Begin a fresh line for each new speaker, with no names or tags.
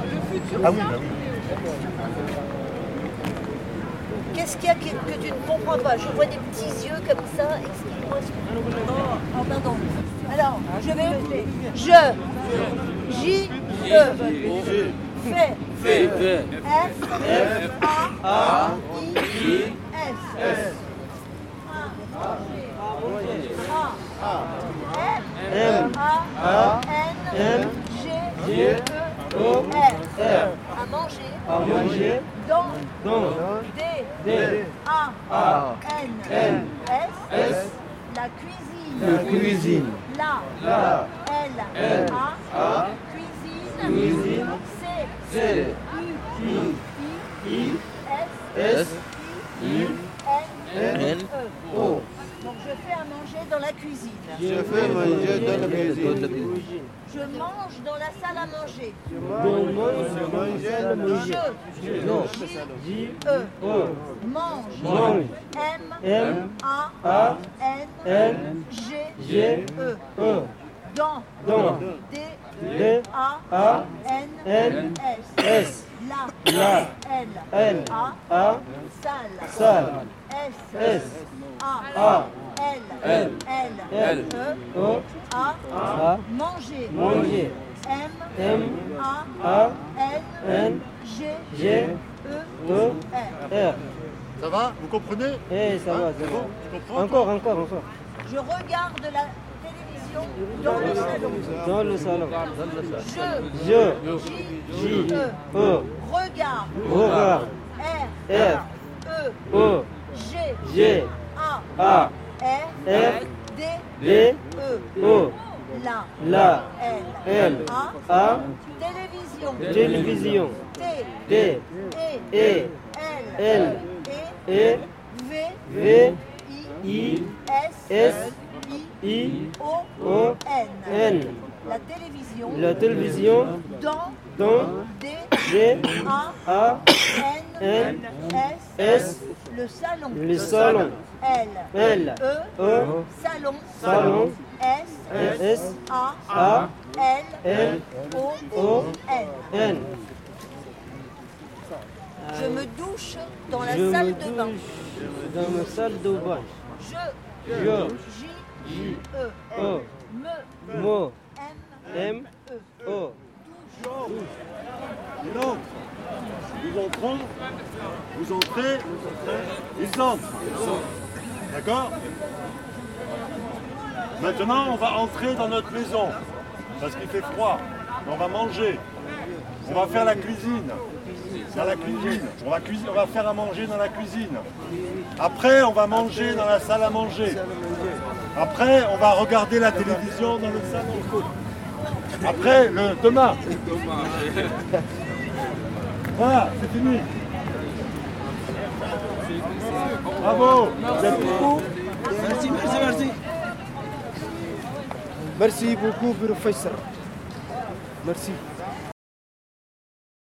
Ah oui, bah oui.
Qu'est-ce qu'il y a que, que tu ne comprends pas Je vois des petits yeux comme ça. Explique-moi ce que Oh, pardon. Alors, je vais. Je. J. E. Fait. F. F. A. I. S. S. M A N G G O R à manger à manger dans dans D D A A N N S S la cuisine
La cuisine.
la la L L A A cuisine cuisine C C
C'est
U I I S
S
I N
N
E
O.
donc je fais à manger dans la cuisine
Je fais manger dans la cuisine.
je mange dans la salle à manger
Je mange dans la cuisine.
Je.
Non.
J. E. Mange.
Mange.
M.
M.
A.
A.
N.
N.
G.
G.
E.
E.
Dans.
Dans.
D.
D. E,
A.
A.
N.
N.
S.
S.
La.
La.
L.
L.
A.
A.
Salle.
Salle.
S.
S.
A.
A.
L.
L.
L.
L.
E.
O.
A.
A.
Manger.
Manger.
M.
M.
A.
A.
N.
N.
G.
G.
E.
E.
R.
R.
Ça va Vous comprenez
Eh, ça va, ça
Hein C'est
va.
bon Tu comprends
Encore, encore, encore.
Je regarde la télévision dans le salon.
Dans le salon.
Je,
Je.
J,
J.
E,
E.
regarde,
Regarde.
R,
F.
E,
O.
G,
G.
A,
A.
R,
F.
D,
D.
E,
O.
la,
La.
L,
L.
A,
A.
télévision,
Télévision.
T,
T.
E,
E.
L,
L.
E,
E.
V,
V.
I,
I.
S,
S.
I,
I.
O,
O.
N,
N.
la télévision,
La télévision.
dans,
Dans.
D,
D.
A,
A.
N,
N,
S,
S,
le salon.
Le salon.
L,
L.
E,
E.
salon.
Salon.
S,
S.
A,
A.
L,
L.
O,
O.
N.
N.
Je me douche dans la
Je me
salle de bain.
douche Dans ma salle de bain.
Je,
Je.
J, E,
O.
me,
Mo.
M,
M.
E.
O.
Ils entrent. Nous entrons. Vous entrez. Ils entrent. D'accord Maintenant, on va entrer dans notre maison. Parce qu'il fait froid. On va manger. On va faire la cuisine. Dans la cuisine. On va, cuisiner, on va faire à manger dans la cuisine. Après, on va manger dans la salle à manger. Après, on va regarder la télévision dans le salon. Après, le Thomas. Voilà, Ah, c'est fini. Bravo. Vous êtes beaucoup
Merci, merci, merci.
Merci beaucoup, professeur. Merci.